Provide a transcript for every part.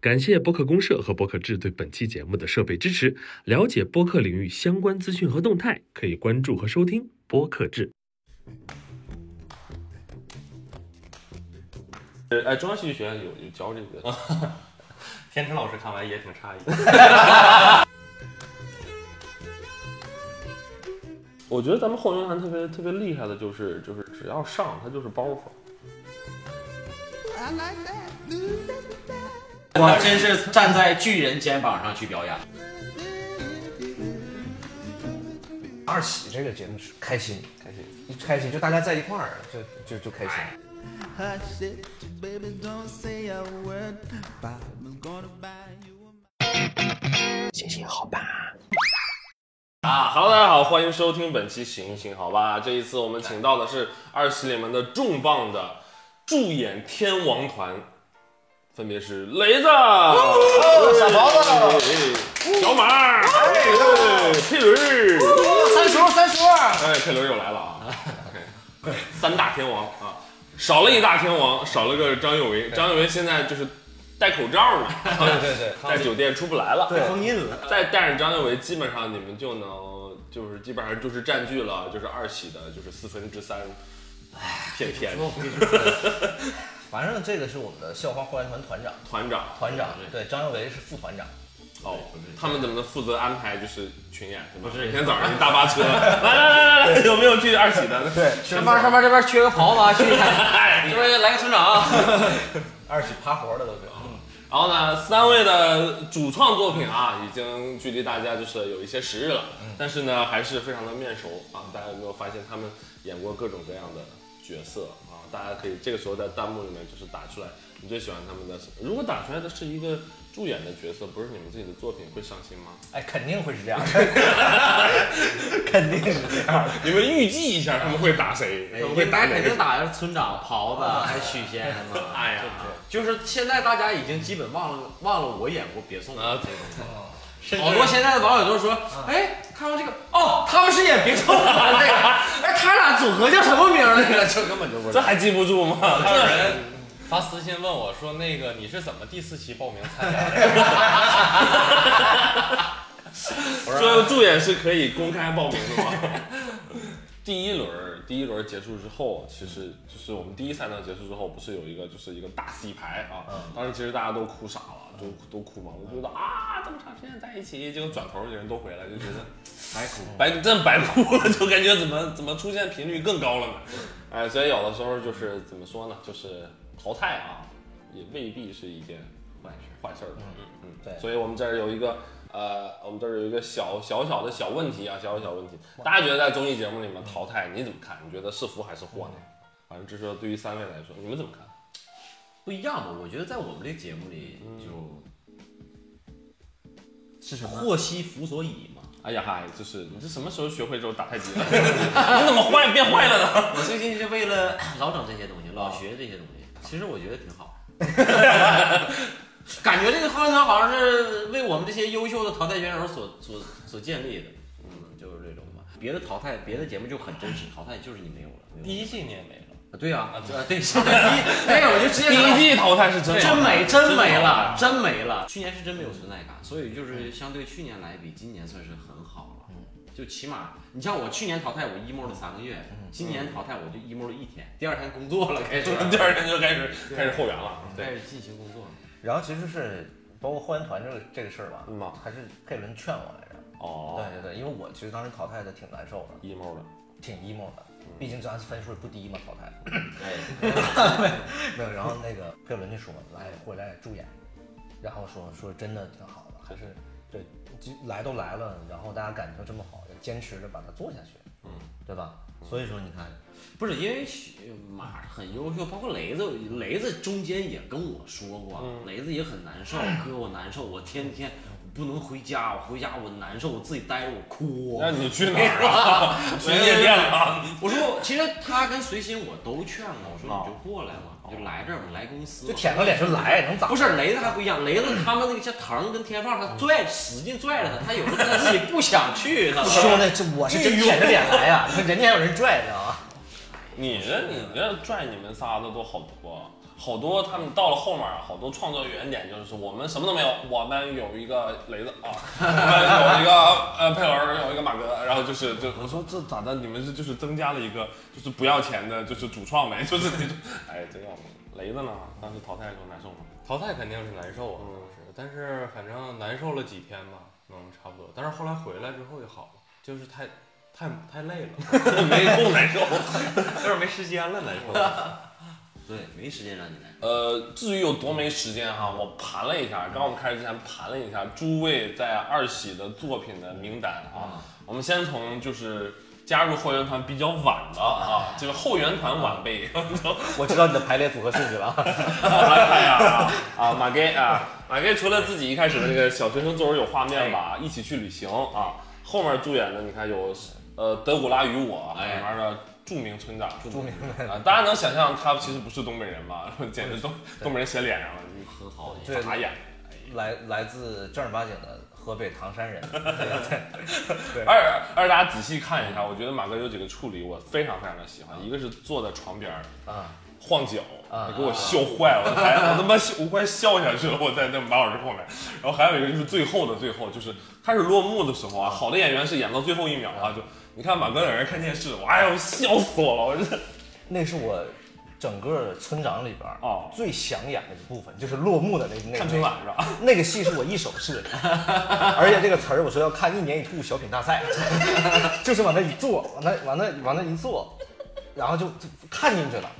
感谢播客公社和播客志对本期节目的设备支持。了解播客领域相关资讯和动态，可以关注和收听播客志。呃，哎，中央戏剧学院有有教这个，天成老师看完也挺诧异。我觉得咱们后云坛特别特别厉害的就是就是只要上它就是包袱。 I like that. Ooh, da, da, da. 我真是站在巨人肩膀上去表演。 二喜这个节目是开心，开心，一开心就大家在一块儿，就就就开心。 Hush it, baby, don't say a word. I'm gonna buy you a 啊，Hello，大家好，欢迎收听本期《行行好吧》。这一次我们请到的是二喜里面的重磅的助演天王团，分别是雷子、小毛子、小马、哎佩驴、哎三叔，三叔，哎，佩伦又来了啊！三大天王啊，少了一大天王，少了个张佑维。张佑维现在就是戴口罩呢，对对对，在酒店出不来了。对封印了，再带上张佑维，基本上你们就能就是基本上就是占据了就是二喜的就是四分之三片片反正这个是我们的校花花园团团长，团长团长对张耀维是副团长，哦，他们怎么能负责安排就是群演是吗？不是每天早上一大巴车，来来来来来，有没有去二喜的？对，上班上班这边缺个袍子，去一看，是不是来个村长？哎 二喜趴活的都是。然后呢，三位的主创作品啊，已经距离大家就是有一些时日了，但是呢，还是非常的面熟啊。大家有没有发现他们演过各种各样的角色啊？大家可以这个时候在弹幕里面就是打出来你最喜欢他们的什么。如果打出来的是一个助演的角色，不是你们自己的作品，会伤心吗？哎，肯定会是这样， 肯定是这样。 你们预计一下他们会打谁？哎他们会打哪肯个定？打着村长、袍子还许仙什么。 哎呀，就是现在大家已经基本忘了忘了我演过别送了，啊，对好多现在的网友都说，哎，看完这个，哦，他们是演别送了那个，哎，他俩组合叫什么名儿嗯那个， 就根本就不知这道。还记不住吗？还有人发私信问我说：“那个你是怎么第四期报名参加 的 说助演是可以公开报名的吗？第一轮儿，第一轮儿结束之后，其实就是我们第一赛段结束之后，不是有一个就是一个大 C 牌啊，当时其实大家都哭傻了，都都哭懵了，觉得啊这么长时间在一起，结果转头人都回来，就觉得白哭，白真白哭了，就感觉怎么怎么出现频率更高了呢？哎，所以有的时候就是怎么说呢，就是淘汰啊，也未必是一件坏事坏事儿吧，嗯嗯，对所以我们这儿有一个。呃，我们这儿有一个小小小的小问题啊，小小小问题，大家觉得在综艺节目里面淘汰你怎么看？你觉得是福还是祸呢？反正这是对于三位来说，你们怎么看？不一样吧？我觉得在我们这节目里就，嗯是什么？祸兮福所倚嘛。哎呀嗨，就是你这什么时候学会这种打太极 了？你怎么坏变坏了 呢？我最近是为了啊老整这些东西，老学这些东西，其实我觉得挺 好。感觉这个花团好像是为我们这些优秀的淘汰选手所所所建立的，嗯，就是这种吧。别的淘汰，别的节目就很真实，淘汰就是你没有了。没有？”第一季你也没了，啊对啊，对啊 对，是的第一，哎呀，我就直接第一说季淘汰是真真好没真没真了好，真没了。嗯去年是真没有存在感，所以就是相对去年来比，今年算是很好了。就起码，你像我去年淘汰我 emo 了三个月，今年淘汰我就 emo 了一天，第二天工作了，开始 第二天就开始开始后援了。开始进行工作了。然后其实是包括后援团这个这个事儿吧嗯嘛，还是佩伦劝我来着。哦对对对，因为我其实当时淘汰的挺难受的， ，emo 了。挺 emo 的，毕竟咱分数也不低嘛，淘汰。哎， 没有，然后那个佩伦就说来回来助演，然后说说真的挺好的，还是对，就来都来了，然后大家感情这么好，要坚持着把它做下去，嗯，对吧？所以说你看，不是因为马很优秀，包括雷子，雷子中间也跟我说过，雷子也很难受，哥我难受，我天天不能回家，我回家我难受，我自己待着我哭。那你去哪儿啊？去夜店了？我说，其实他跟随心我都劝了，我说你就过来嘛，你就来这儿嘛，来公司嘛啊哦就。舔个脸就来，能咋？不是雷子还不一样，雷子他们那个像腾跟天放，他拽使劲拽着他，他有时候他自己不想去，他兄弟，这我是真舔着脸来呀、你看人家还有人拽着啊，你这你这拽你们仨的都好多啊。好多他们到了后面啊，好多创作原点就是我们什么都没有，我们有一个雷子啊，我们有一个呃佩文，有一个马哥，然后就是就我说这咋的？你们是就是增加了一个呃就是不要钱的，就是主创呗，就是那种，哎，真要不雷子呢？当时淘汰的时候难受吗？淘汰肯定是难受啊，当时，但是反正难受了几天吧，能差不多。但是后来回来之后就好了，就是太太太累 了，没空难受。有点没时间了，难受。对，没时间让你来。 呃，至于有多没时间哈，我盘了一下，刚刚我们开始之前盘了一下诸位在二喜的作品的名单嗯啊。我们先从就是加入后援团比较晚的啊，这个后援团晚辈， 我知道你的排列组合顺序了啊。哎呀啊，马给啊，马给除了自己一开始的那个小学生作文有画面吧，一起去旅行啊，后面助演的你看有呃德古拉与我哎里面的著名村长，著名啊，大家能想象他其实不是东北人吧？简直东东北人写脸上了，你很好的，对眨眼。 来来自正儿八经的河北唐山人，对而而大家仔细看一下，我觉得马哥有几个处理我非常非常的喜欢，一个是坐在床边儿啊，晃脚，啊给我笑坏了，我还我他妈笑我快笑下去了，我在那马老师后面。然后还有一个就是最后的最后，就是开始落幕的时候啊，好的演员是演到最后一秒啊，就你看马哥在那看电视，我哎呦笑死我了，我这那是我整个村长里边儿哦最想演的一部分，就是落幕的那那看春晚那是吧？那个戏是我一手设计， 而且这个词儿我说要看一年一度小品大赛， 就是往那一坐，往那往那往那一坐，然后就就看进去了。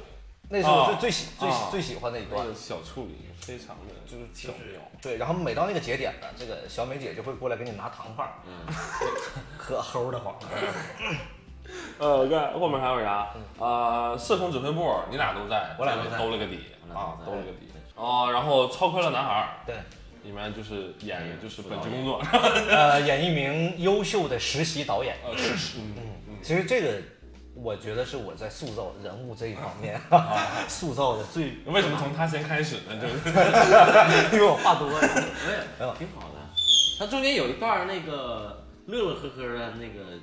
那是我哦最最喜最喜哦最喜欢的一那段个，小处理非常的就是巧妙。对，然后每到那个节点呢，这个小美姐就会过来给你拿糖块儿，嗯 可齁的慌。呃，看后面还有啥？呃，社恐指挥部你俩都在，我俩都在兜了个底我俩啊，都在兜了个底。哦，然后超快乐男孩儿对，里面就是演的就是本职工 作，呃，演一名优秀的实习导演。呃，是是，嗯其实这个，我觉得是我在塑造人物这一方面啊塑造的最，嗯，为什么从他先开始呢？ 就是因为我话多了。哎呀，挺好的。他中间有一段那个乐乐呵呵的那个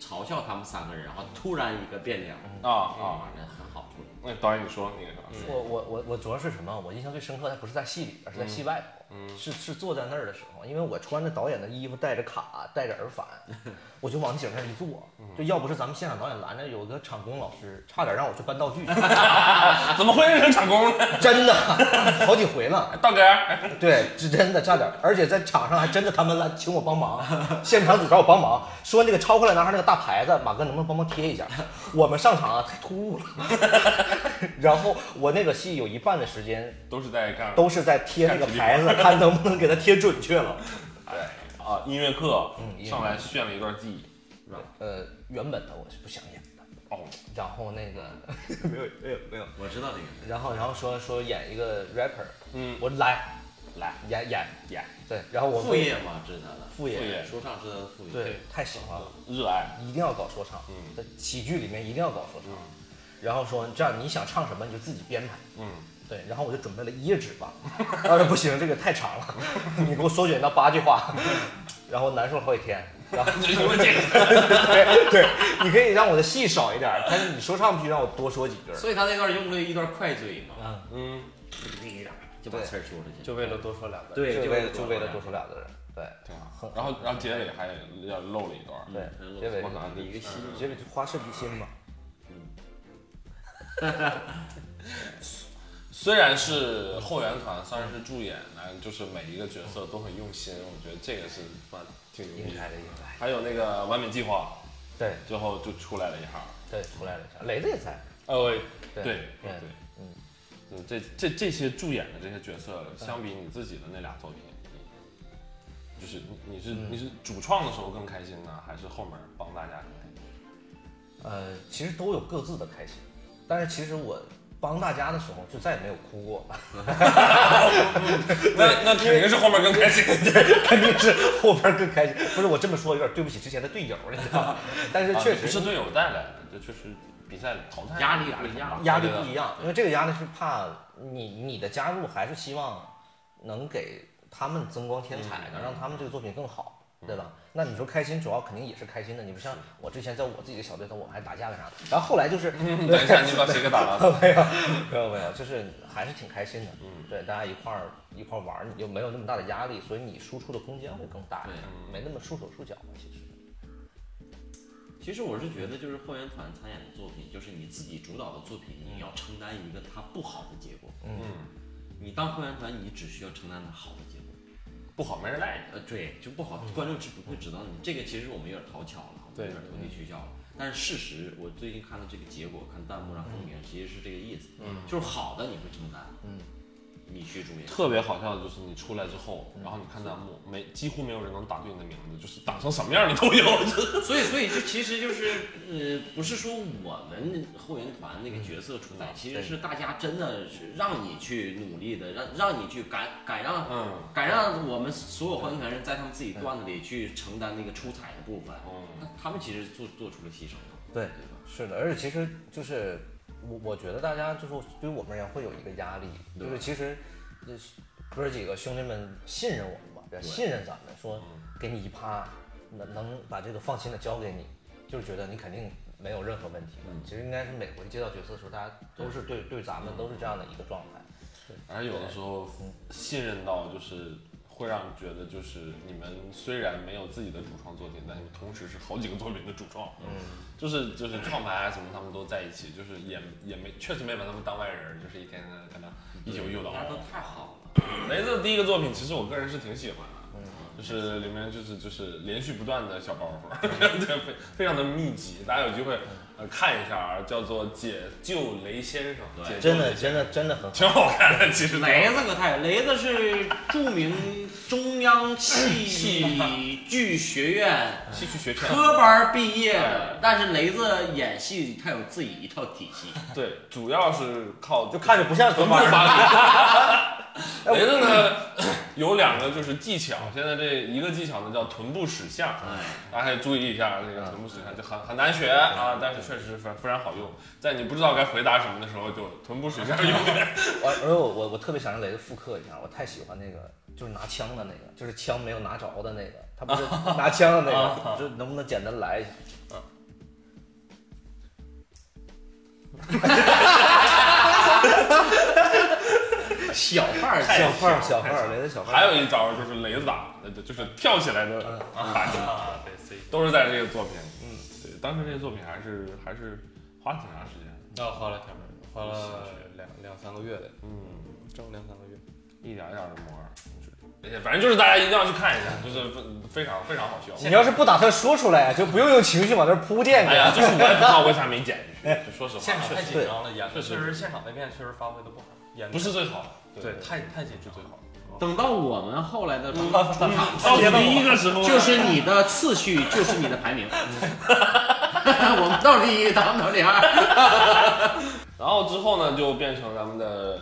嘲笑他们三个人，然后突然一个变脸，嗯啊那啊，玩意儿很好处理。那导演你说那个啥，我我我我主要是什么？我印象最深刻的不是在戏里，而是在戏外头，是是坐在那儿的时候，因为我穿着导演的衣服，戴着卡，戴着耳返，我就往井上一坐，就要不是咱们现场导演拦着，有个场工老师差点让我去搬道具，啊怎么会认成场工 呢？真的好几回了。道哥，哎对，是真的差点儿，而且在场上还真的他们来请我帮忙，现场组找我帮忙，说那个超过来男孩那个大牌子，马哥能不能帮忙贴一下？我们上场啊，太突兀了。 然后我那个戏有一半的时间都是在干都是在贴那个牌子，看能不能给它贴准确了。啊音乐课嗯音乐课上来炫了一段技艺，呃，原本的我是不想演的，哦，然后那个 没有没有没有，我知道这个，然后然后说说演一个 rapper，嗯我来来演演演对，然后我副业嘛，这是他的副业副业说唱是他的副业。 对，太喜欢了。热爱，一定要搞说唱，嗯在喜剧里面一定要搞说唱。然后说这样你想唱什么你就自己编排，嗯，对。然后我就准备了一页纸吧， 他说不行，这个太长了， 你给我缩减到八句话， 然后难受了好几天。然后 就因为这个，对对，你可以让我的戏少一点，但是你说唱必须让我多说几句儿，所以他那段用了一段快嘴嘛，嗯，嗯，就把词儿说出去，就为了多说两个人，对就就为为了了就为了多说两个人，对，挺好很。然后然后结尾还要漏了一段，对嗯结尾我想一个心结尾就花式比心嘛， 虽然是后援团，虽然是助演，但就是每一个角色都很用心，我觉得这个是蛮挺牛逼应的该。的应该，还有那个完美计划，对最后就出来了一下。对，出来了一下，雷子也在，哦，对对对对，嗯，这这这些助演的这些角色，相比你自己的那俩作品，你就是你你是你是主创的时候更开心呢，还是后面帮大家更开心？呃，其实都有各自的开心，但是其实我帮大家的时候就再也没有哭过， 那那肯定是后面更开心。肯定是后边更开心。不是我这么说有点对不起之前的队友，你知道吗？但是啊确你不实是队友带来的，这确实比赛里淘汰压力不一样压力不一样，因为这个压力是怕你你的嗯加入还是希望能给他们增光添彩的，让他们这个作品更好。对吧？那你说开心，主要肯定也是开心的。你不像我之前在我自己的小队头，我们还打架干啥的。然后后来就是， 等一下你把谁给打了？ 没有，没有，没有，就是还是挺开心的。嗯，对，大家一块儿一块儿玩儿，你就没有那么大的压力，所以你输出的空间会更大一点，嗯没那么束手束脚了。其实，其实我是觉得，就是后援团参演的作品，就是你自己主导的作品，你要承担一个它不好的结果。嗯，你当后援团，你只需要承担它好的结果。嗯不好，没人赖你。呃，对，就不好，观众是不会知道你。这个其实我们有点讨巧了，我们有点投机取巧了。嗯但是事实，我最近看了这个结果，看弹幕上封面，嗯其实是这个意思。嗯，就是好的你会承担，嗯，你去主演，特别好笑的就是你出来之后，然后你看弹幕，没几乎没有人能打对你的名字，就是打成什么样的都有。 就是所以，所以这其实就是，呃，不是说我们后援团那个角色出彩，其实是大家真的是让你去努力的，让让你去敢敢让，嗯，敢让我们所有后援团人在他们自己段子里去承担那个出彩的部分，嗯那他们其实做做出了牺牲，对对，吧？是的，而且其实就是我我觉得大家就是对于我们而言会有一个压力，就是其实就是哥儿几个兄弟们信任我们吧，比较信任咱们，说给你一趴，能能把这个放心的交给你，就是觉得你肯定没有任何问题的。其实应该是每回接到角色的时候，大家都是对对咱们都是这样的一个状态。而有的时候信任到就是会让你觉得，就是你们虽然没有自己的主创作品，但你们同时是好几个作品的主创，嗯，就是就是创牌啊什么他们都在一起，就是也也没确实没把他们当外人，就是一天天跟他一宿诱导。大家都太好了。雷子的哎第一个作品，其实我个人是挺喜欢的，就是里面就是就是连续不断的小包袱， 对，非非常的密集，大家有机会呃看一下啊，叫做《解救雷先生》，解救真的雷先真的真的很好。挺好看的，其实哦雷子可太，雷子是著名中央 戏剧学院嗯戏曲学圈，科班毕业的，但是雷子演戏他有自己一套体系。 对，主要是靠就看着哎不像臀德部玛尔，发 力。雷子呢 有两个就是技巧，现在这一个技巧呢叫臀部使相，哎大家注意一下那个嗯臀部使相就很很难学啊，但是确实非非常好用，在你不知道该回答什么的时候，就臀部使相用。 我而我我我特别想让雷子复刻一下，我太喜欢那个就是拿枪的那个，就是枪没有拿着的那个，他不是拿枪的啊那个，就能不能简单来一下？小范 儿小范儿，小范儿，雷子小范儿。还有一招就是雷子打，那就就是跳起来的嗯啊打击，都是在这个作品。嗯，对，当时这个作品还是还是花了挺长时间的，那花了挺多，花了两两三个月的，嗯，整两三个月。一点一点的磨。就是反正就是大家一定要去看一下，就是非非常非常好笑。你要是不打算说出来，就不用用情绪往那儿铺垫。哎 呀，就是我也不知道为啥没剪进去，就说实话，现场确啊太实紧张了，演的确确实实现场那片确实发挥的不好，演得不是最好的。对，太太紧张最好。等到我们后来的出到第一个时候呢，啊就是你的次序，就是你的排名。我们倒数第一，他们倒数第二。然后之后呢，就变成咱们的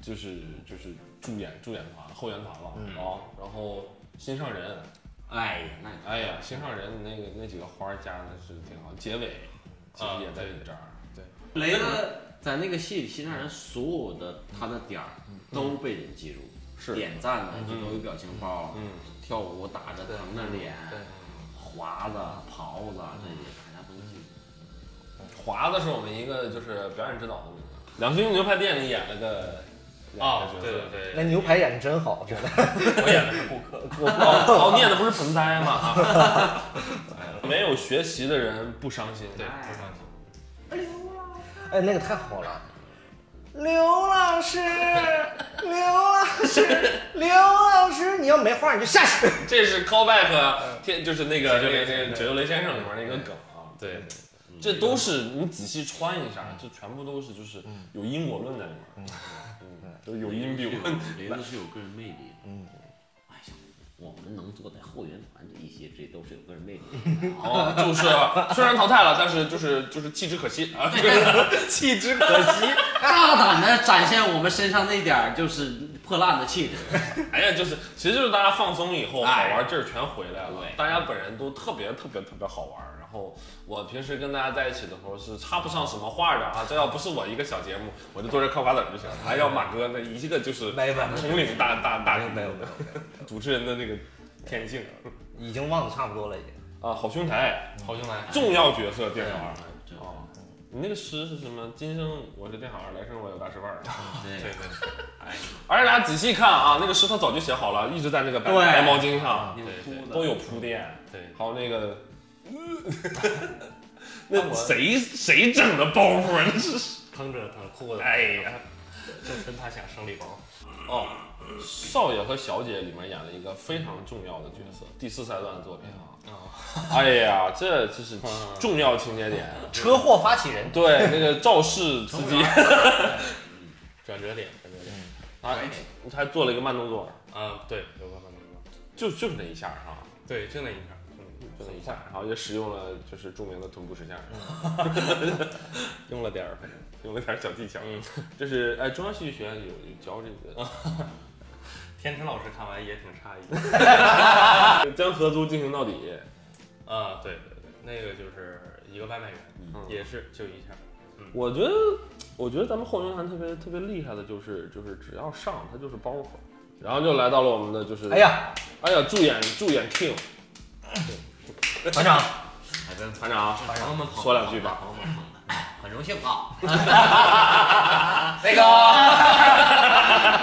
就是就是助演助演团后援团了啊，然后新上人，哎呀，那哎呀，新上人那个那几个花儿加的是挺好，结尾其实也在你这儿，雷子在那个戏里，其实让人所有的他的点儿都被人记住，是点赞的就都有表情包，嗯，跳舞打着疼的脸，对，华子、袍子啊这些大家都记住。华子是我们一个就是表演指导的名字，两星牛排店里演了个演了个啊，角色对对对，那牛排演的真好，真的。我演的是顾客，哦，哦念的不是盆栽吗？没有学习的人不伤心，对不伤心。哎，那个太好了。刘老 师，刘老师，刘老师，你要没话你就下去。这是 callback 天，就是那个那个那个《解救雷先生解救雷先生》里面那个梗啊，对，这都是你仔细穿一下，这全部都是就是有因果论在里面，嗯，就是有因必有论。雷子是有个人魅力的，嗯，哎呀，我们能坐在后援团这一些，这都是有个人魅力的。哦，就是虽然淘汰了，但是就是就是弃之可惜啊，弃之可惜。大胆的展现我们身上那点儿就是破烂的气质。哎呀，就是其实就是大家放松以后，好哎玩劲儿全回来了对。大家本人都特别特别特别好玩儿。然后我平时跟大家在一起的时候是插不上什么话的啊，这要不是我一个小节目，我就坐这嗑瓜子儿就行了。还要马哥那一个就是没没没统领大大大没有没有没有主持人的那个天境已经忘得差不多了，已经。啊，好兄台，好啊兄来，重要角色电小啊哎二。，哦，你那个诗是什么？今生我是店小二，来生我有大师范儿。对对对，对哎而且大家仔细看啊，那个诗他早就写好了，一直在那个白对白毛巾上那个对秃的都有铺垫。对还有那个， 那谁谁整的包袱啊？那是腾着腾裤子，哎呀，正分他想生理包，哦，少爷和小姐里面演了一个非常重要的角色，第四赛段的作品啊。嗯哦哎呀，这就是重要情节点。车祸发起人，对，那个肇事司机， 转折点，转折嗯点，他他还做了一个慢动作，啊，对，有个慢慢慢，就就是那一下哈，对，就那一片，嗯，就那一下，然后也使用了就是著名的臀部十下， 用了点儿，嗯用了点儿小技巧。嗯，这是哎，中央戏剧学院有有教这个。天成老师看完也挺诧异。 将合租进行到底。 啊，对对对，那个就是一个外卖员，也是就一下，我觉得，我觉得咱们后援团特别特别厉害的就是，就是只要上他就是包袱，然后就来到了我们的就是，哎，呀，哎呀，助演助演 King 团哎长，还跟团长啊哎朋友们跑说两句吧朋友们跑哎很荣幸啊，那 个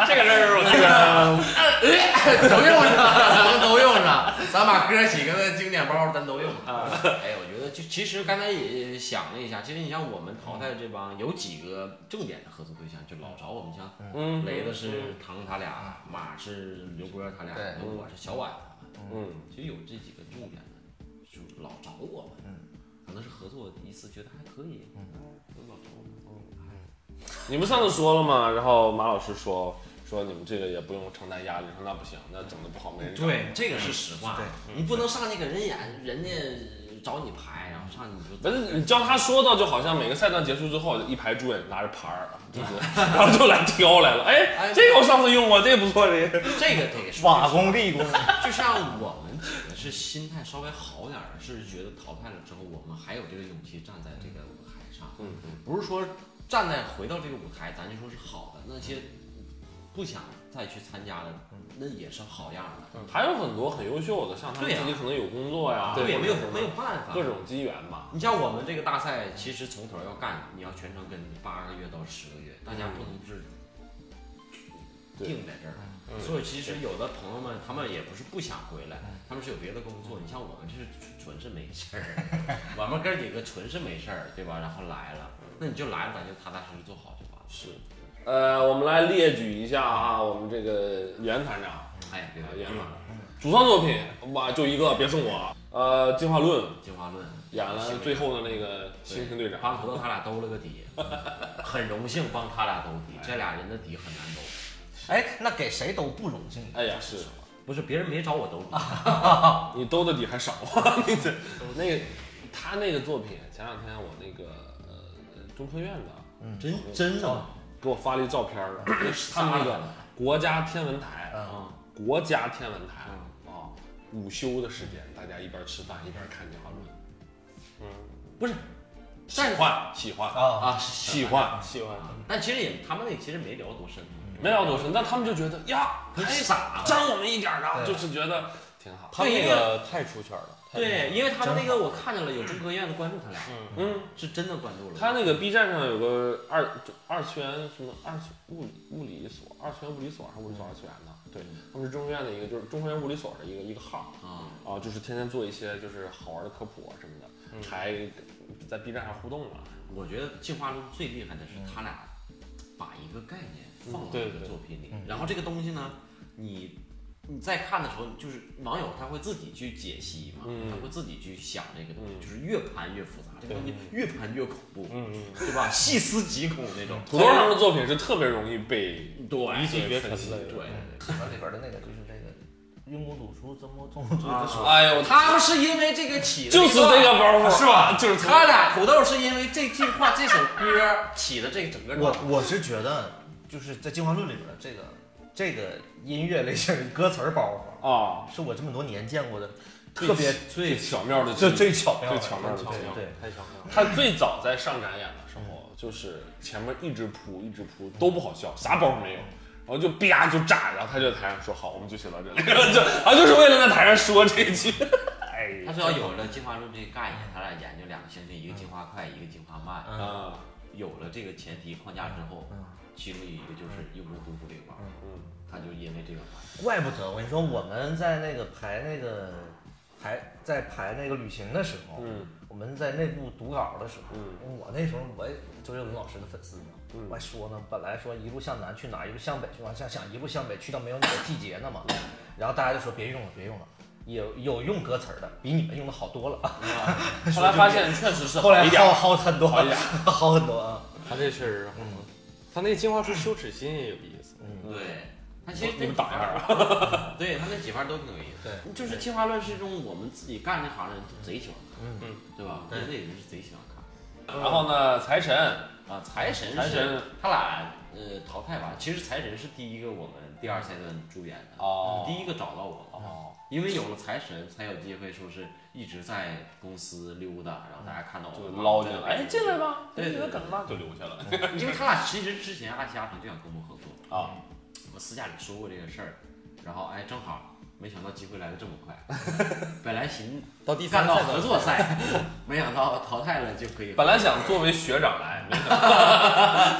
这个任务，这呃都用上，咱们都用上，咱把哥几个的经典包咱都用上。哎，我觉得就其实刚才也想了一下，其实你像我们淘汰这帮有几个重点的合作对象，就老找我们像嗯雷子是唐他俩，马是刘波他俩，对然后我是小婉他们，嗯，其实有这几个重点的，就老找我们，可能是合作一次觉得还可以，就老找我们。你们上次说了嘛，然后马老师说说你们这个也不用承担压力，说那不行，那整的不好没人找。对，这个是实话对，你不能上去给人演，人家找你排，然后上去你就不是你教他说到，就好像每个赛段结束之后，一排助演拿着牌儿，啊 就是然后就来挑来了。哎，哎这个我上次用过，这个不错，这个。 这个得说瓦工立功，就像我们几个是心态稍微好点儿的，是觉得淘汰了之后，我们还有这个勇气站在这个舞台上。嗯，不是说站在回到这个舞台，咱就说是好的，那些不想再去参加的，那也是好样的。还有很多很优秀的，像他们对呀自己可能有工作呀，对，没有没有有办法各。种机缘吧。你像我们这个大赛，其实从头要干，你要全程跟八个月到十个月，大家不能是对定在这儿。所以其实有的朋友们，他们也不是不想回来，他们是有别的工作。你像我们这是纯纯是没事儿，我们哥几个纯是没事儿，对吧？然后来了，那你就来了，咱就踏踏实实做好就完了。是，呃，我们来列举一下啊，我们这个袁团长啊，哎，别别袁团长，主创作品哇就一个，别送我。呃，进化论进化论演了最后的那个猩猩队长，帮土豆他俩兜了个底， 很荣幸帮他俩兜底，这俩人的底很难兜。 哎，那给谁都不荣幸。哎呀是，不是别人没找我兜底，你兜的底还少，啊你 这那个他那个作品，前两天我那个呃中科院的真嗯真的吗？给我发了一照片儿，他们那个国家天文台啊。嗯，啊，国家天文台啊，午休的时间，大家一边吃饭一边看进化论。不是，但嗯喜是欢喜欢啊，啊，喜喜欢，欢啊喜欢，但其实也他们那其实没聊多深，没聊多深，但他们就觉得呀，太傻了。沾我们一点儿呢，就是觉得挺好。他那个太出圈了，太对，因为他们那个我看见了，有中科院的关注他俩，嗯，是真的关注了。他那个 B 站上有个二就二次元什么二次物理物理所，二次元物理所还是物理所二次元的，对，他们是中科院的一个，就是中科院物理所的一个一个号。啊，啊，就是天天做一些就是好玩的科普啊什么的，还在 B 站上互动嘛。我觉得进化论最厉害的是他俩把一个概念放到嗯对一个作品里，然后这个东西呢，你你在看的时候，就是网友他会自己去解析嘛，嗯他会自己去想这个东西，嗯就是越盘越复杂，这个东西越盘越恐怖，嗯嗯，对吧？细思极恐那种。土豆上的作品是特别容易被对，一级别对分析对对。喜欢里边的那个就是这个运功赌术、增魔纵术的术，哎呦，他们是因为这个起的，就是这个包袱，是吧？就是他俩土豆是因为这句话这首歌起的这整个段我我是觉得就是在进化论里边这个这个音乐类型歌词儿包袱，啊，是我这么多年见过的特别最巧妙的，最最巧妙最的巧妙的啊对对对，太巧妙了，他最早在上展演的时候，就是前面一直铺一直铺都不好笑，啥包袱没有。然后就啪就炸，然后他就在台上说好，我们就写到这里， 然后就啊就是为了在台上说这 一句，他最好有了进化论这个概念，他俩研究两个星星，一个进化快，一个进化慢。啊，有了这个前提框架之后，嗯其中有一个就是又不读不灵光，他就因为这个怪不得我跟你说，我们在那个排那个排在排那个旅行的时候，嗯，我们在内部读稿的时候，嗯，我那时候我也周杰伦老师的粉丝嘛，我还说呢，本来说一路向南去哪儿，一路向北去往下想一路向北去到没有你的季节呢嘛，然后大家就说别用了，别用了。有有用歌词儿的，比你们用的好多了。 后来发现确实是后来一点好好很多，好一点 好很多啊。他这确实好，他那个进化出羞耻心也有意思。嗯对。他其实你嗯们打样儿啊！ 对他那几番都挺有意思。对，就是进化论是一种我们自己干这行的人都贼喜欢看，嗯，对吧？业内人是贼喜欢看然后呢，财神啊。财神是财神他俩呃淘汰完，其实财神是第一个我们第二赛段主演的，哦第一个找到我的，哦，因为有了财神，才有机会说是一直在公司溜达，然后大家看到我嗯就们捞进来，哎，进来吧。吧，对你对的梗吧，嗯就留下了。因为他俩其实之前阿西阿团队想跟我们合作嗯啊，我们私下里说过这个事儿，然后哎，正好没想到机会来的这么 快，本来寻到第干三到赛合作 赛， 没想到淘汰了就可以，本来想作为学长来，没想到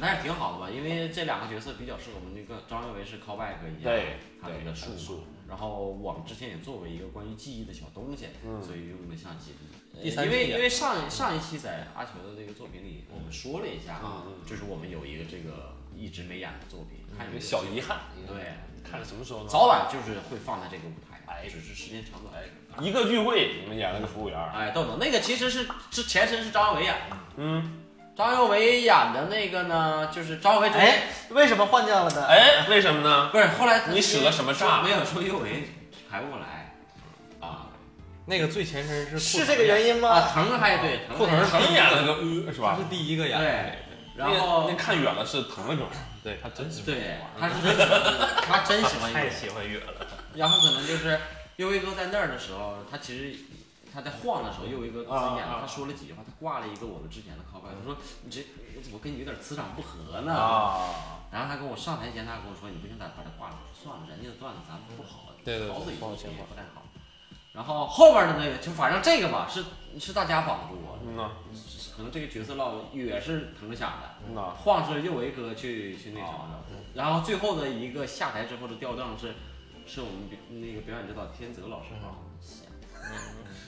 但是挺好的吧，因为这两个角色比较适合我们那个张耀维是 callback 一下对他那对个术术嘛。然后我们之前也做过一个关于记忆的小东西，嗯所以用的像记呃忆。第三因为期啊因为上上一期在阿球的那个作品里，我们说了一嗯下，啊就是我们有一个这个一直没演的作品，看有有嗯个没有小遗憾，对，看什么时候呢？早晚就是会放在这个舞台，哎只是时间长短。哎，一个聚会，你们演了个服务员儿，哎，豆豆那个其实是之前身是张耀维演的，嗯，张耀维演的那个呢，就是张耀维主演哎，为什么换将了呢？哎，为什么呢？不是后来你使了什么上煞没有说右维排不过来啊那个最前身是是这个原因吗？啊，疼还对疼裤还头疼演了个呃，是他吧是？第一个演的，对，然后那那看远了是疼了梗，对他真是对，他是真喜欢，他真喜 欢右维，喜欢月了。然后可能就是右维哥在那儿的时候，他其实。他在晃的时候，右维哥自己啊啊演的，啊他说了几句话，他挂了一个我们之前的靠背，他说你这我怎么跟你有点磁场不合呢？啊，然后他跟我上台前，他还跟我说：“你不行，咱把这挂了，算了，人家的段子咱们不好，对对桃子对也不好切也换不太好。”然后后边的那个，就反正这个吧，是是大家帮助我，嗯呐，可能这个角色烙也是腾想的，嗯呐，晃是右维哥去去那什么的，然后最后的一个下台之后的吊灯是，是我们表那个表演指导天泽老师帮我们写的，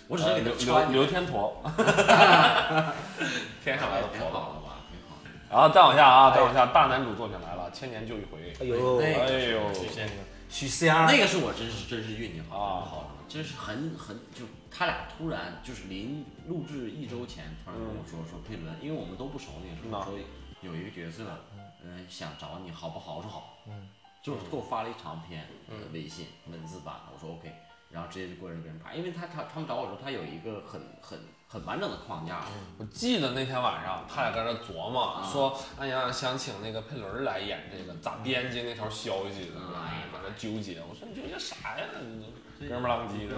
我只是呃给刘刘他穿，刘天陀，天挺上好来的的吧，挺陀。 好的。然后再往下啊，再往下，大男主作品来了，千年就一回。哎呦，那哎呦，许仙，那个是我真是真是运气好，啊真好了，真是很很就他俩突然就是临录制一周前突然跟我说、说佩伦，因为我们都不熟那个时候，嗯说有一个角色，嗯、想找你好不好？我说好，嗯，就是给我发了一长篇、呃微信文字版，我说 OK，然后直接就过来就给人拍，因为他他他们找我说他有一个很很很完整的框架，我记得那天晚上，他俩在那琢磨啊，说：“哎呀，想请那个佩伦来演这个，咋编辑那条消息？”哎，在那纠结。我说：“你纠结啥呀？你这哥们儿浪叽的。”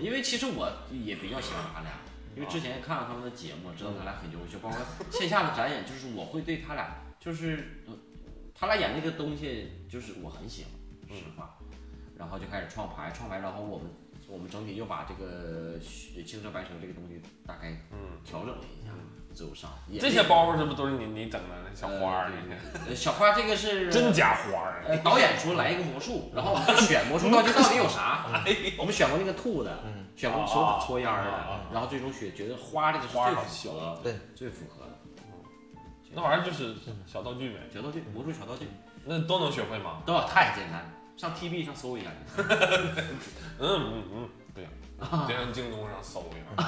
因为其实我也比较喜欢他俩，因为之前也看了他们的节目，知道他俩很优秀，包括线下的展演，就是我会对他俩，就是呃他俩演那个东西，就是我很喜欢，实话。然后就开始创牌，创牌，然后我们我们整体又把这个呃青蛇白蛇这个东西大概嗯，调整了一下，最后上也这些包袱是不是都是你你整的？那小花儿，呃那些呃小花这个是真假花儿。呃，导演说来一个魔 术，然后我们就选魔术道具到底有啥？哎我们选过那个吐的，嗯选过手指搓烟哦儿啊啊的，然后最终选觉得花这个是最花好符合的，对，最符合的那玩意儿就是小道具呗，小道具，魔术小道具，那都能学会吗？都太简单，上 TB 上搜一下，嗯嗯嗯，不行，得上京东上搜一下。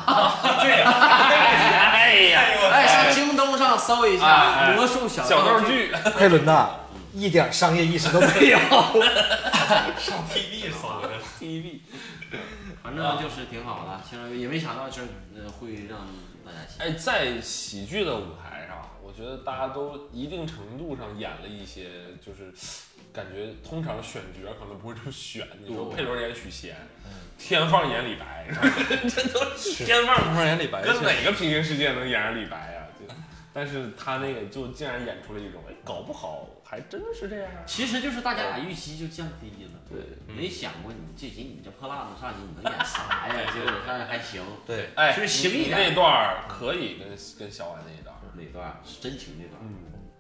哎呀， 哎，上京东上搜一哎下哎魔术小小道具，具，佩伦呐，一点商业意识都 没有。反正就是挺好的，其实也没想到就是呃会让大家喜欢。哎，在喜剧的舞台上，我觉得大家都一定程度上演了一些，就是感觉通常选角可能不会这么选。你说对佩伦演许仙，天放演李 白，这都是天放。突然间李白跟哪个平行世界能演上李白呀、就但是他那个就竟然演出了一种，哎，搞不好还真是这样啊。其实就是大家把预期就降低了，对，没想过你这集你这破烂子上去你能演啥呀？结果看着还行，对，哎，其实行一你点那段儿可以跟跟小婉那一段儿。那段是真情那段，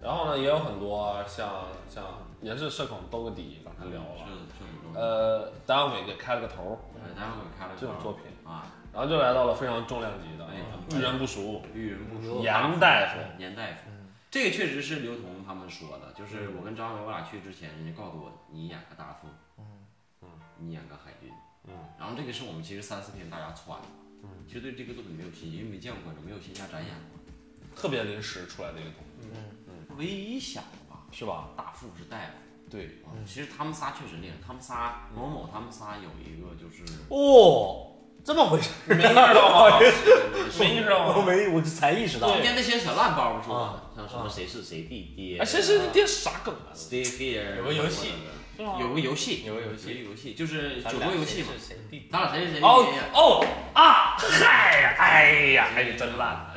然后呢，也有很多像像也是社恐兜个底，刚才聊是了。是很重要。呃，单伟给开了个头儿，呃，待会儿开了这种作品啊，然后就来到了非常重量级的哎遇人不淑，遇人不淑，杨大夫严大夫，这个确实是刘同他们说的，就是我跟张伟我俩去之前，人家告诉我你演个大副，嗯，你演个海军，嗯，然后这个是我们其实三四天大家穿的，嗯，其实对这个作品没有信心，因为没见过观众，没有线下展演过，特别临时出来的一个东西，唯一想的吧，是 吧？大副是大夫，对，啊其实他们仨确实厉害，他们仨某某他们仨有一个就是哦，这么回事，没遇到吗？没遇到我吗？没，我才意识到，中间那些小烂包不是吗啊？像什么谁是谁弟爹哎，啊，谁是你爹啥梗啊？ Stay Here 有个游戏什么的，有个游戏，有个游戏有个游戏就是咱九俩国游戏嘛谁。是谁弟咱俩谁谁谁哦哎谁呀？哦啊！嗨呀，哎呀，哎呀，真烂，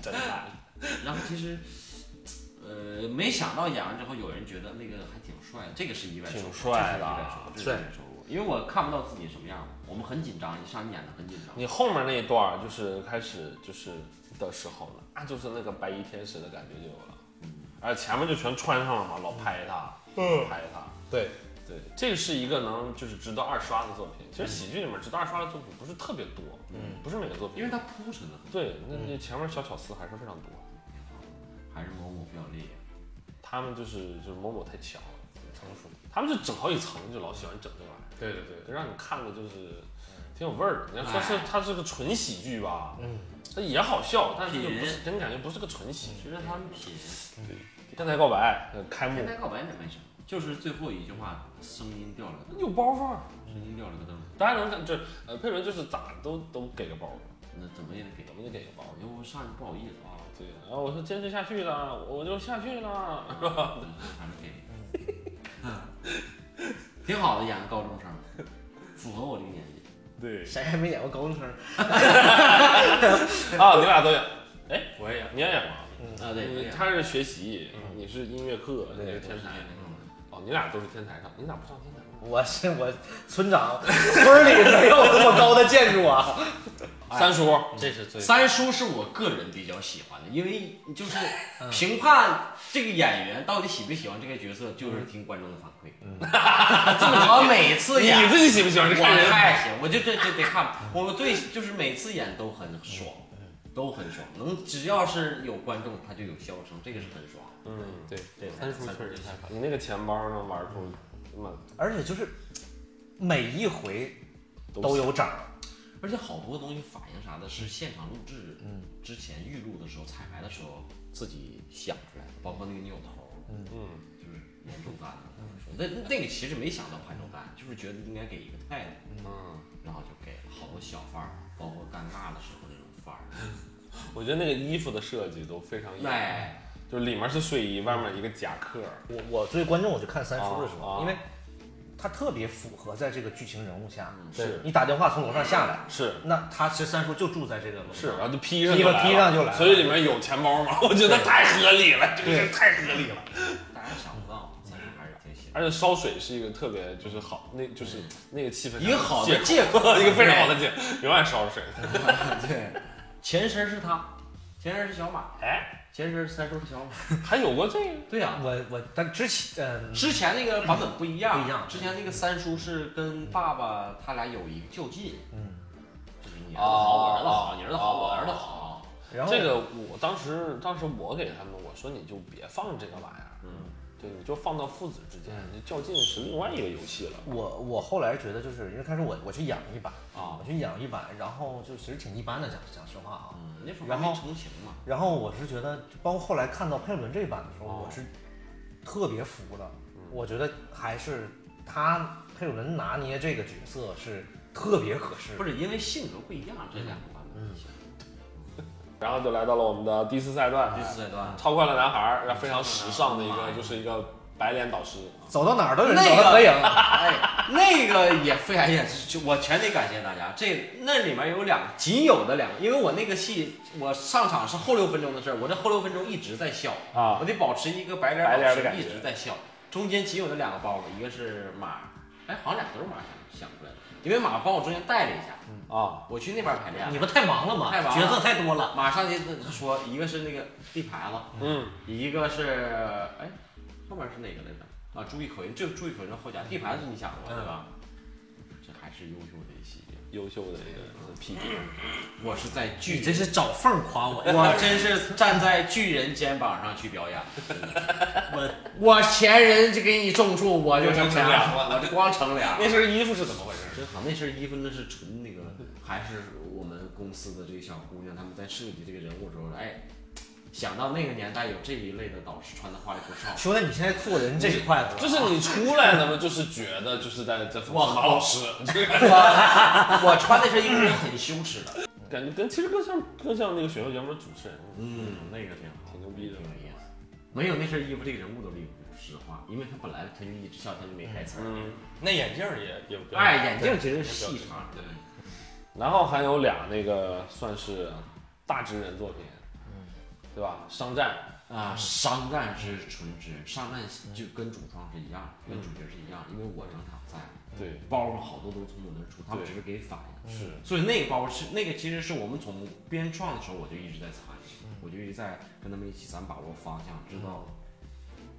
真烂。然后其实，呃，没想到演完之后，有人觉得那个还挺帅的，这个是意外收获，挺帅的啊这是意外收获，这是意外收获。因为我看不到自己什么样嘛，我们很紧张，一上演的很紧张。你后面那一段儿就是开始就是的时候呢，那就是那个白衣天使的感觉就有了，而前面就全穿上了嘛，老拍他，拍他，对，对，这是一个能就是值得二刷的作品。其实喜剧里面值得二刷的作品不是特别多，嗯，不是每个作品，因为他铺陈的很，对，那那前面小巧思还是非常多，还是某某比较厉害。他们就是就是某某太强了，成熟，他们就整好几层，就老喜欢整这玩意儿，对对对，让你看的就是挺有味儿的。你要说是哎它是个纯喜剧吧，嗯，它也好笑，但是就不品是给你感觉不是个纯喜剧。其实他们品，天才告白呃开幕现在告白也没啥，就是最后一句话，声音掉了个灯，有包袱儿，声音掉了个灯，大家能看就是呃佩伦就是咋都都给个包袱，那怎么也得给怎。么就给个包袱。因为我上去不好意思啊，啊，对，然后我说坚持下去了，我就下去了，是 吧？还是给。挺好的，演个高中生，符合我这个年纪。对谁还没演过高中生？啊，你俩都演，哎我也演，你也演吗？啊，对，嗯他是学习，你是音乐课，你是天才才，哦，你俩都是天台上，你咋不上天台？我是我村长，村里没有那么高的建筑啊。三叔，这是最三叔是我个人比较喜欢的，因为就是嗯评判这个演员到底喜不喜欢这个角色，就是听观众的反馈。 我每次演，嗯你自己喜不喜欢这我看人？太喜欢，我就这这得看，我对就是每次演都很爽，都很爽，能只要是有观众，他就有笑声，这个是很爽。嗯，对，对，三叔确实太烦。你那个钱包能玩出那么 而且就是每一回都有掌，而且好多东西反应啥的，是现场录制，嗯，之前预录的时候、彩排的时候自己想出来的，包括那个扭头，嗯嗯，就是严重蛋的，说那那那个其实没想到潘重蛋，就是觉得应该给一个态度，嗯，然后就给了好多小范儿，包括尴尬的时候那种范儿，我觉得那个衣服的设计都非常有，哎，就是里面是睡衣，外面一个夹克，我我作为观众，我就看三叔的时啊啊候，因为他特别符合在这个剧情人物下。是你打电话从楼上下来，是那他其实三叔就住在这个楼上。是，然后就披上披就吧来披了上就来所以里面有钱包嘛，我觉得太合理了，这个事儿太合理了。大家想不到，但是还是挺喜欢。而且烧水是一个特别就是好，那就是那个气氛，一个好的借借口，口一个非常好的借口，永远烧水。 对，前身是他，前身是小马，哎，前身是三叔是小马，还有过这个，对呀、我我但之前嗯之前那个版本不一样，不一样之前那个三叔是跟爸爸他俩有一个较劲，嗯，就是你儿子好，我儿子好，你儿子好，哦我儿子好，然后这个我当时当时我给他们我说你就别放这个玩意儿，嗯，对，你就放到父子之间，你较劲是另外一个游戏了。我我后来觉得就是因为开始我我去演了一版啊我去演了一版，然后就其实挺一般的讲讲实话啊，嗯，那时候还然没后成型嘛，然后我是觉得，就包括后来看到佩伦这版的时候，哦我是特别服的。嗯我觉得还是他佩伦拿捏这个角色是特别合适不。是因为性格不一样，这两个版本不一样。然后就来到了我们的第四赛段，啊嗯第四赛段超快乐男孩儿，非常时尚的一个，就是一个白脸导师。走到哪儿都有 人那找个他合影，哎，那个个也非哎呀，就我全得感谢大家。这那里面有两个仅有的两个，因为我那个戏我上场是后六分钟的事儿，我这后六分钟一直在笑啊我得保持一个白脸白脸老的师感觉一直在笑。中间仅有的两个包袱，一个是马，哎，好像俩都是马想想出来的，因为马帮我中间带了一下，啊，我去那边排练了，你们太忙了嘛，太忙了嗯角色太多了。马上就说一个是那个地盘子，嗯，一个是哎，后面是哪个来着？啊，注意口音，就注意口音的后加地盘是你想过的吧？这还是优秀的一系列。优秀的一个 P 我是在你巨这人，是找缝儿夸我，我真是站在巨人肩膀上去表演。 我我前人就给你种树，我就成成梁，我这光乘 凉。那身衣服是怎么回事？啊真好，那身衣服那是纯那个，还是我们公司的这个小姑娘，她们在设计这个人物的时候，哎，想到那个年代有这一类的导师穿的花里胡 哨，兄弟，你现在做人这一块子，就是你出来了嘛，就是觉得就是在在讽刺马老师，这个我穿那身衣服是很羞耻的。感觉跟其实更像更像那个选秀节目的主持人，嗯，那个挺好，挺牛逼的挺有意思。没有那身衣服，这个人物都立不住。实话，因为他本来他就一直笑，他就没开词儿。嗯那眼镜儿也也不要哎，眼镜其实是细长的，然后还有俩那个算是大职人作品，对吧？商战啊，商战是纯职，商战就跟主创是一样，跟主角是一样，因为我整场在，对包袱好多都从我那儿出，他们对只是给反应。是所以那个包袱是那个，其实是我们从编创的时候我就一直在参与，我就一直在跟他们一起，咱把握方向，知道，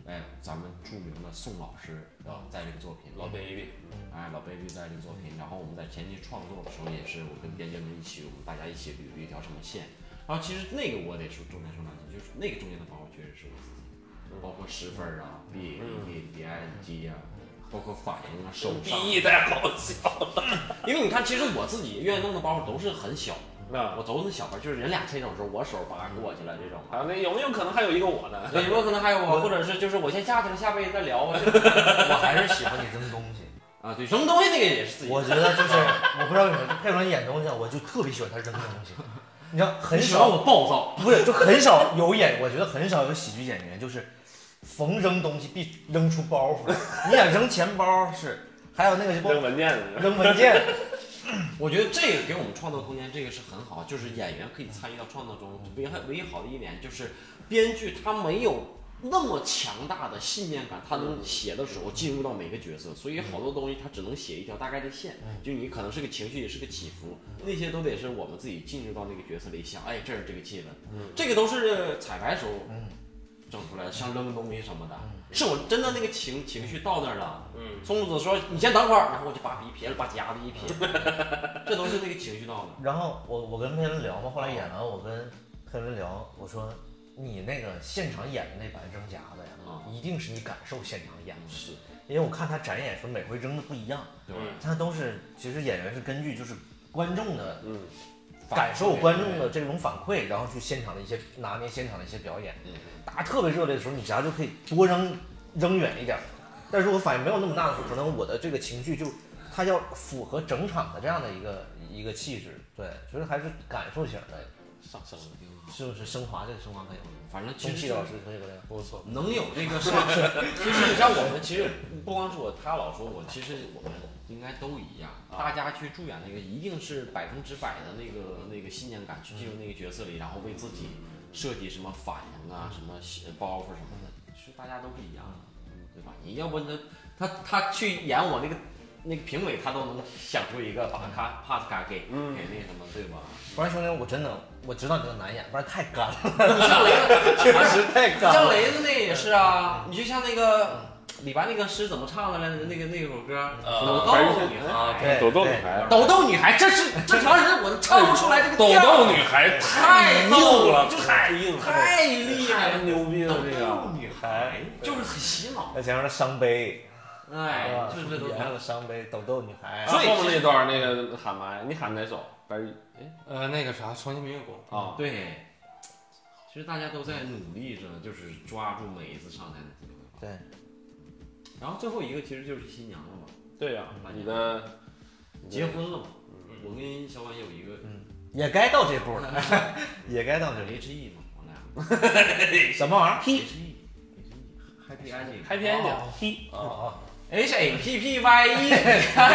哎，咱们著名的宋老师啊，在这个作品里老 baby，哎，老 baby 在这个作品，然后我们在前期创作的时候也是，我跟编剧们一起，我们大家一起捋了一条什么线。然后其实那个我得说中间说两句，就是那个中间的包袱确实是我自己，包括十分儿啊，B B B I G 啊，包括反应啊，手上，第一代好笑， 因为你看，其实我自己愿意弄的包袱都是很小的，啊那我都是小包，就是人俩牵手的时候，我手把过去了这种。还啊有那有没有可能还有一个我呢？有没有可能还有我，或者是就是我先下去了，下辈子再 聊吧。这种我还是喜欢你扔东西。啊，对，扔东西那个也是自 己。我觉得就是，我不知道为什么佩文演东西，我就特别喜欢他扔东西。你知道很你喜欢少，我暴躁，不是就很少有演，我觉得很少有喜剧演员就是逢扔东西必扔出包袱。你想扔钱包是，还有那个包扔文件的，扔文件，我觉得这个给我们创作空间，这个是很好，就是演员可以参与到创作中。唯一唯一好的一点就是，编剧他没有那么强大的信念感，他能写的时候进入到每个角色，所以好多东西他只能写一条大概的线，就你可能是个情绪，也是个起伏，那些都得是我们自己进入到那个角色里想，哎，这是这个气氛，这个都是彩排时候整出来的，像扔东西什么的，是我真的那个情情绪到那儿了。嗯，松子说：“你先等会儿。”然后我就把笔撇了，把夹子一撇，这都是那个情绪到的。然后我我跟佩伦聊嘛，后来演完我跟佩伦聊，我说你那个现场演的那版扔夹子呀，嗯一定是你感受现场演的，是，因为我看他展演时候每回扔的不一样，对吧？嗯他都是其实演员是根据就是观众的嗯，感受观众的这种反馈，然后去现场的一些拿捏现场的一些表演。嗯大家特别热烈的时候，你夹就可以多扔扔远一点儿。但如果反应没有那么大的时候，可能我的这个情绪就它要符合整场的这样的一个一个气质。对，其实还是感受型的，上升了，是不是升华？这个升华可以吗？反正中其气实老师可以不可以？不错，能有这个 事儿，其实你像我们，其实不光是我，他老说我，其实我们应该都一样。啊大家去助演那个，一定是百分之百的那个那个信念感去进入那个角色里，然后为自己设计什么反应啊，什么包袱什么的，其实大家都不一样，对吧？你要不那他他去演我那个。那个评委他都能想出一个把他帕斯卡给给嗯那什么对吧？不然兄弟，我真的我知道你这个难演，不然太干了， 像雷子，确实太干像 了。雷子那也是啊，你就像那个李白那个诗怎么唱的来着？那个那首歌，抖呃白日豆梦啊女对孩，抖豆女孩，哎抖豆女孩，这是正常人我都唱不出来这个抖调豆女孩太硬逗了，了，就是太硬了，太厉害了，牛逼抖了这个。豆女孩就是很洗脑，再加上伤悲，哎，就是这都都演了伤悲，抖豆女孩。所以啊后面那段那个喊嘛呀？你喊哪首？白日呃那个啥重庆明月宫啊，对。其实大家都在努力着，就是抓住每一次上台的机会。对，然后最后一个其实就是新娘了嘛，对啊呀，你的结婚了嘛。我跟小婉有一个也该到这步了， 也该到这步。 H E 嘛，我俩。什么玩意儿？ P H E Happy Ending Happy Ending，嘿哦哦， H A P P Y E，看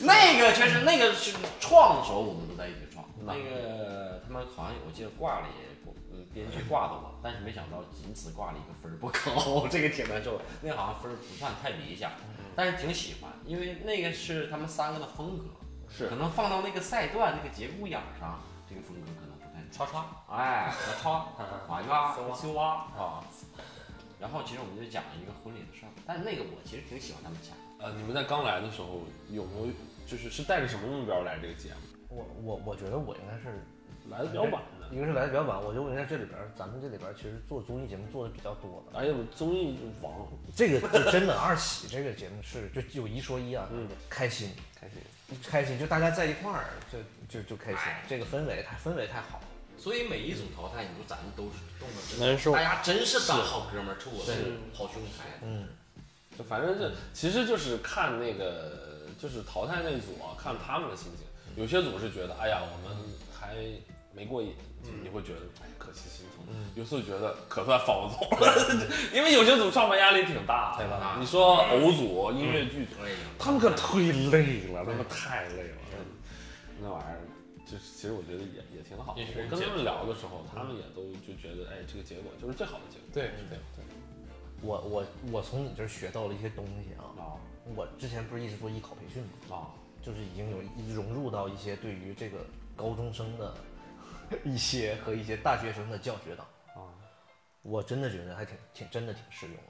那个确实，那个是创的时候我们都在一起创，那个他们好像我记得挂了也不，嗯，编剧挂到了，但是没想到仅此挂了一个分儿不 高，这个挺难受的。那个好像分儿不算太理想，但是挺喜欢，因为那个是他们三个的风格，是可能放到那个赛段那个节骨眼儿上，这个风格可能不太叉叉哎，我操， 马嘎丝，袜青蛙。啊，然后其实我们就讲了一个婚礼的事儿，但是那个我其实挺喜欢他们讲的，呃，你们在刚来的时候有没有就是是带着什么目标来这个节目？我我我觉得我应该是来的比较晚的，一个是来的比较晚，我觉得我应该这里边儿咱们这里边儿其实做综艺节目做的比较多的。而且我们综艺王这个就真的 二喜这个节目是就有一说一啊，嗯开心开心，开心，就大家在一块儿就就就开心，这个氛围太氛围太好了。所以每一组淘汰，你说咱们都是动了真难受大家真是当好哥们儿，臭我是好兄台。嗯，就反正是其实就是看那个就是淘汰那组啊，看他们的心情。有些组是觉得哎呀我们还没过瘾，嗯你会觉得哎可惜心疼；有时候觉得可算放纵了， 因为有些组上班压力挺大，对吧？你说偶组、音乐剧组，哎呀，嗯他们可忒累了，他们太累了，那玩意儿。就是其实我觉得也也挺好的。也是嗯我跟他们聊的时候，他们也都就觉得，哎，这个结果就是最好的结果。对对我我我从你这儿学到了一些东西啊。啊我之前不是一直做艺考培训吗？啊，就是已经有一融入到一些对于这个高中生的 一些和一些大学生的教学当中啊，我真的觉得还挺挺真的挺适用的，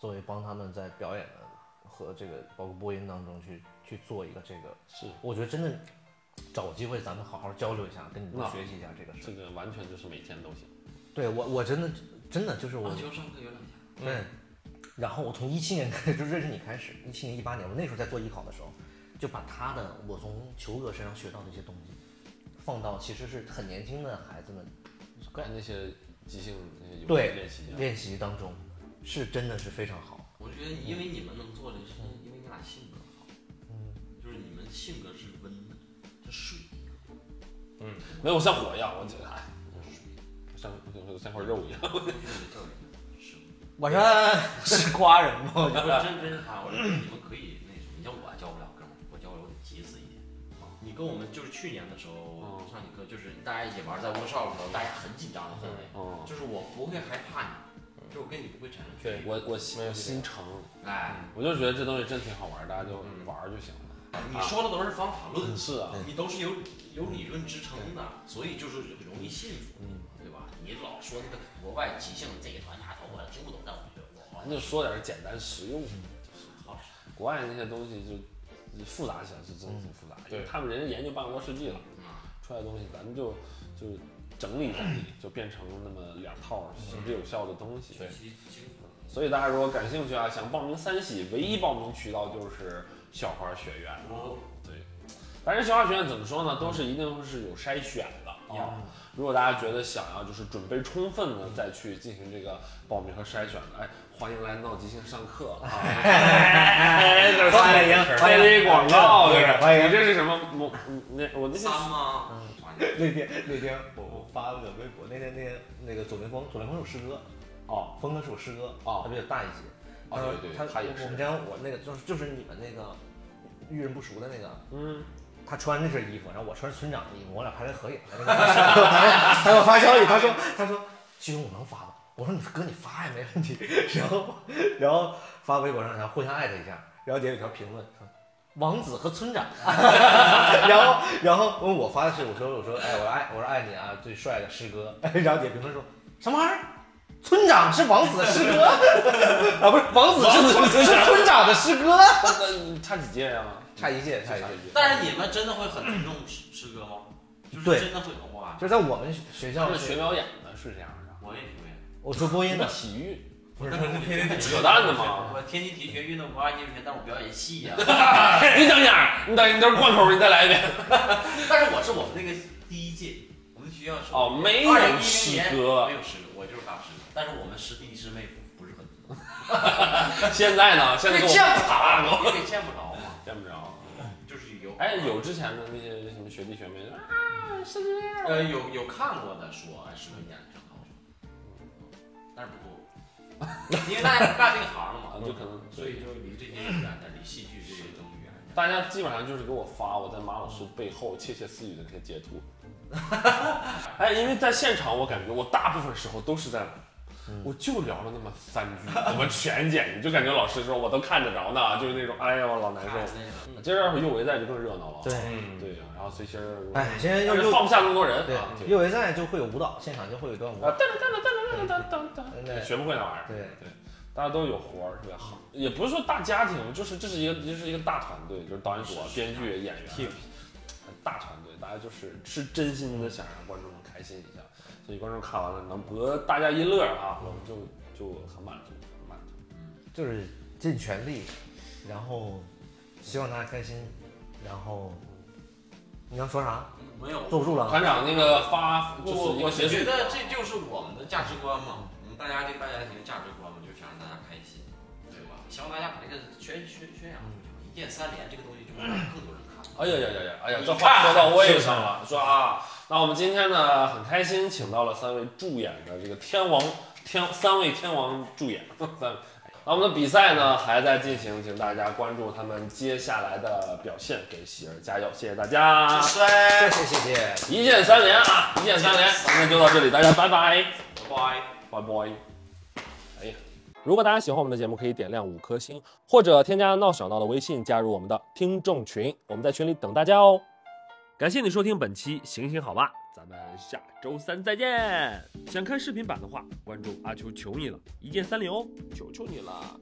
作为帮他们在表演的和这个包括播音当中去去做一个这个，是我觉得真的找机会咱们好好交流一下，跟你多那学习一下这个事这儿。个完全就是每天都行。对我我真的真的啊就是我网球上课有两下，对，然后我从一七年开 始就认识你开始，一七年、一八年，我那时候在做艺考的时候，就把他的我从球哥身上学到的一些东西，放到其实是很年轻的孩子们干那些即兴那些有对练习啊，练习当中，是真的是非常好。我觉得因为你们能做这事，因为你俩性格好，就是你们性格是温的，是水，没有像火一样，我觉得哎，是水，像像块肉一样。就是你叫人是。晚上 是夸人吗？ 我觉得真真是他，我觉得你们可以那什么，你像我啊教不了哥们儿，我教我得急死一天。啊哦你跟我们就是去年的时候上你课，就是大家一起玩，在 workshop 的时候，大家很紧张的氛围，嗯，就是我不会害怕你，就是我跟你不会产生距 离。我我心心诚，哎，我就觉得这东西真挺好玩，大家就玩儿就行了。你说的都是方法论，嗯是啊，你都是有有理论支撑的，所以就是容易信服，对吧？你老说那个国外即兴这一团那团，我听不懂，但我觉得我那就说点儿简单实用的。好使。国外那些东西就就复杂起来是真的挺复杂，因为他们人家研究半个多世纪嗯了，啊出来的东西咱们就就整理整理，就变成那么两套行之有效的东西。对，其实其实所以大家如果感兴趣啊，想报名三喜，唯一报名渠道就是校花学院。我对，但是校花学院怎么说呢，都是一定是有筛选的啊。如果大家觉得想要就是准备充分的再去进行这个报名和筛选的，哎，欢迎来闹即兴上课 啊！哎这是欢迎欢迎广告，这是欢迎你这是什么？我那我那些三吗？ 那天那天我我发了个微博，那天那天那个左凌峰，左凌峰是我师哥，哦，峰哥是我师哥，哦他比我大一些。哦他说对对他他也是我们家我那个就是就是你们那个遇人不熟的那个，嗯，他穿那身衣服，然后我穿村长的衣服，我俩拍了合影。在那个 他给我发消息，他说他说徐兄我能发吗？我说你哥你发呀，没问题。 然后然后发微博上，然后互相艾特一下，然后底下有条评论说。王子和村长， 然后然后问我发的是我说我说哎我说爱我说爱你啊最帅的师哥， 然后底下评论说什么玩意儿？村长是王子的师 哥啊，不是王子是村 是村长的师 哥，那差几届呀？啊差一届差一届。但是你们真的会很尊重师师哥吗？就是对真的会哇！就是在我们学他校们是学表演的是这样的，我也学，我说播音那的，体育 不是说是天津体扯淡的嘛。我天津体育学运动文化艺术学，但我表演戏呀、你等一下，你等你这贯口，你再来一遍。但是我是我们那个第一届，我们学校是哦没有2010师年哥没有师哥，我就是大师哥。但是我们师弟师妹不是很多，现在呢？现在给我这样啊爬了，因为见不着嘛，见不着。就是有哎，有之前的那些什么学弟学妹啊，呃有有看过的说，哎，师哥演的真好，但是不多。 因为大家不干这个行了嘛啊，，就可能所以就离这些人远点，离戏剧这些东西远点。大家基本上就是给我发我在马老师背后窃窃私语的那些截 图。哎，因为在现场，我感觉我大部分时候都是在，嗯我就聊了那么三句，怎么全剪？你就感觉老师说我都看得着呢，就是那种哎呦老难受。那今儿要是又维在就更热闹了。对，对呀，然后所以其实哎，现在要但是又放不下那么多人对啊，对又维赛就会有舞蹈，现场就会有一段舞啊蹈，，噔噔噔噔噔噔噔噔真对，的学不会那玩意儿。对对，大家都有活儿，特别好。也不是说大家庭，就是这是一个这是一个大团队，就是导演组、啊、编剧、演员啊，大团队，大家就是是真心的想让观众开心一下，所以观众看完了能博大家一乐啊，我们就就很满足，很满足。就是尽全力，然后希望大家开心，然后你要说啥？没有，坐不住了啊，团长那个发就我是一个结我觉束得这就是我们的价值观嘛，我们大家对大家庭的价值观嘛，就是想让大家开心，对吧？希望大家把这个宣宣宣扬出去嘛，一键三连这个东西就是让更多人看。哎呀呀呀呀！哎呀，你这话看说到位上了。说啊，那我们今天呢很开心，请到了三位助演的这个天王天三位天王助演 三位。那我们的比赛呢还在进行，请大家关注他们接下来的表现，给喜儿加油！谢谢大家，谢谢谢谢。一键三连啊，一键三连，今天就到这里，大家拜拜。拜拜。拜拜。哎呀，如果大家喜欢我们的节目，可以点亮五颗星，或者添加闹小闹的微信，加入我们的听众群，我们在群里等大家哦。感谢你收听本期《行行好吧》，咱们下周三再见。想看视频版的话，关注阿球求你了，一键三连哦，求求你了。